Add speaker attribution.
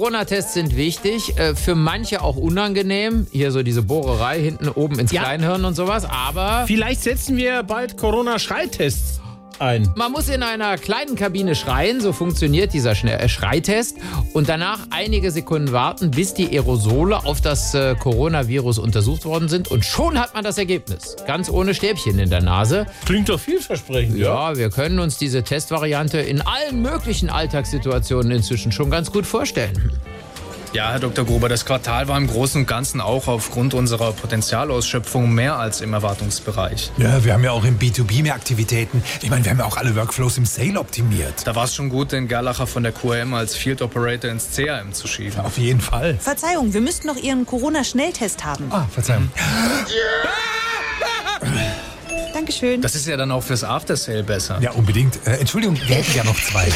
Speaker 1: Corona-Tests sind wichtig, äh, für manche auch unangenehm. Hier so diese Bohrerei hinten oben ins
Speaker 2: Ja.
Speaker 1: Kleinhirn und sowas. Aber
Speaker 2: Vielleicht setzen wir bald Corona-Schreitests ein.
Speaker 1: man muss in einer kleinen Kabine schreien, so funktioniert dieser Schne äh, Schreitest. Und danach einige Sekunden warten, bis die Aerosole auf das äh, Coronavirus untersucht worden sind. Und schon hat man das Ergebnis. Ganz ohne Stäbchen in der Nase.
Speaker 2: Klingt doch vielversprechend,
Speaker 1: Ja, wir können uns diese Testvariante in allen möglichen Alltagssituationen inzwischen schon ganz gut vorstellen.
Speaker 3: Ja, Herr Dr. Gruber, das Quartal war im Großen und Ganzen auch aufgrund unserer Potenzialausschöpfung mehr als im Erwartungsbereich.
Speaker 4: Ja, wir haben ja auch im B2B mehr Aktivitäten. Ich meine, wir haben ja auch alle Workflows im Sale optimiert.
Speaker 3: Da war es schon gut, den Gerlacher von der QM als Field Operator ins CRM zu schieben.
Speaker 4: Auf jeden Fall.
Speaker 5: Verzeihung, wir müssten noch Ihren Corona-Schnelltest haben.
Speaker 4: Ah, Verzeihung.
Speaker 5: Dankeschön.
Speaker 3: Das ist ja dann auch fürs After Sale besser.
Speaker 4: Ja, unbedingt. Äh, Entschuldigung, wir hätten ja noch zwei.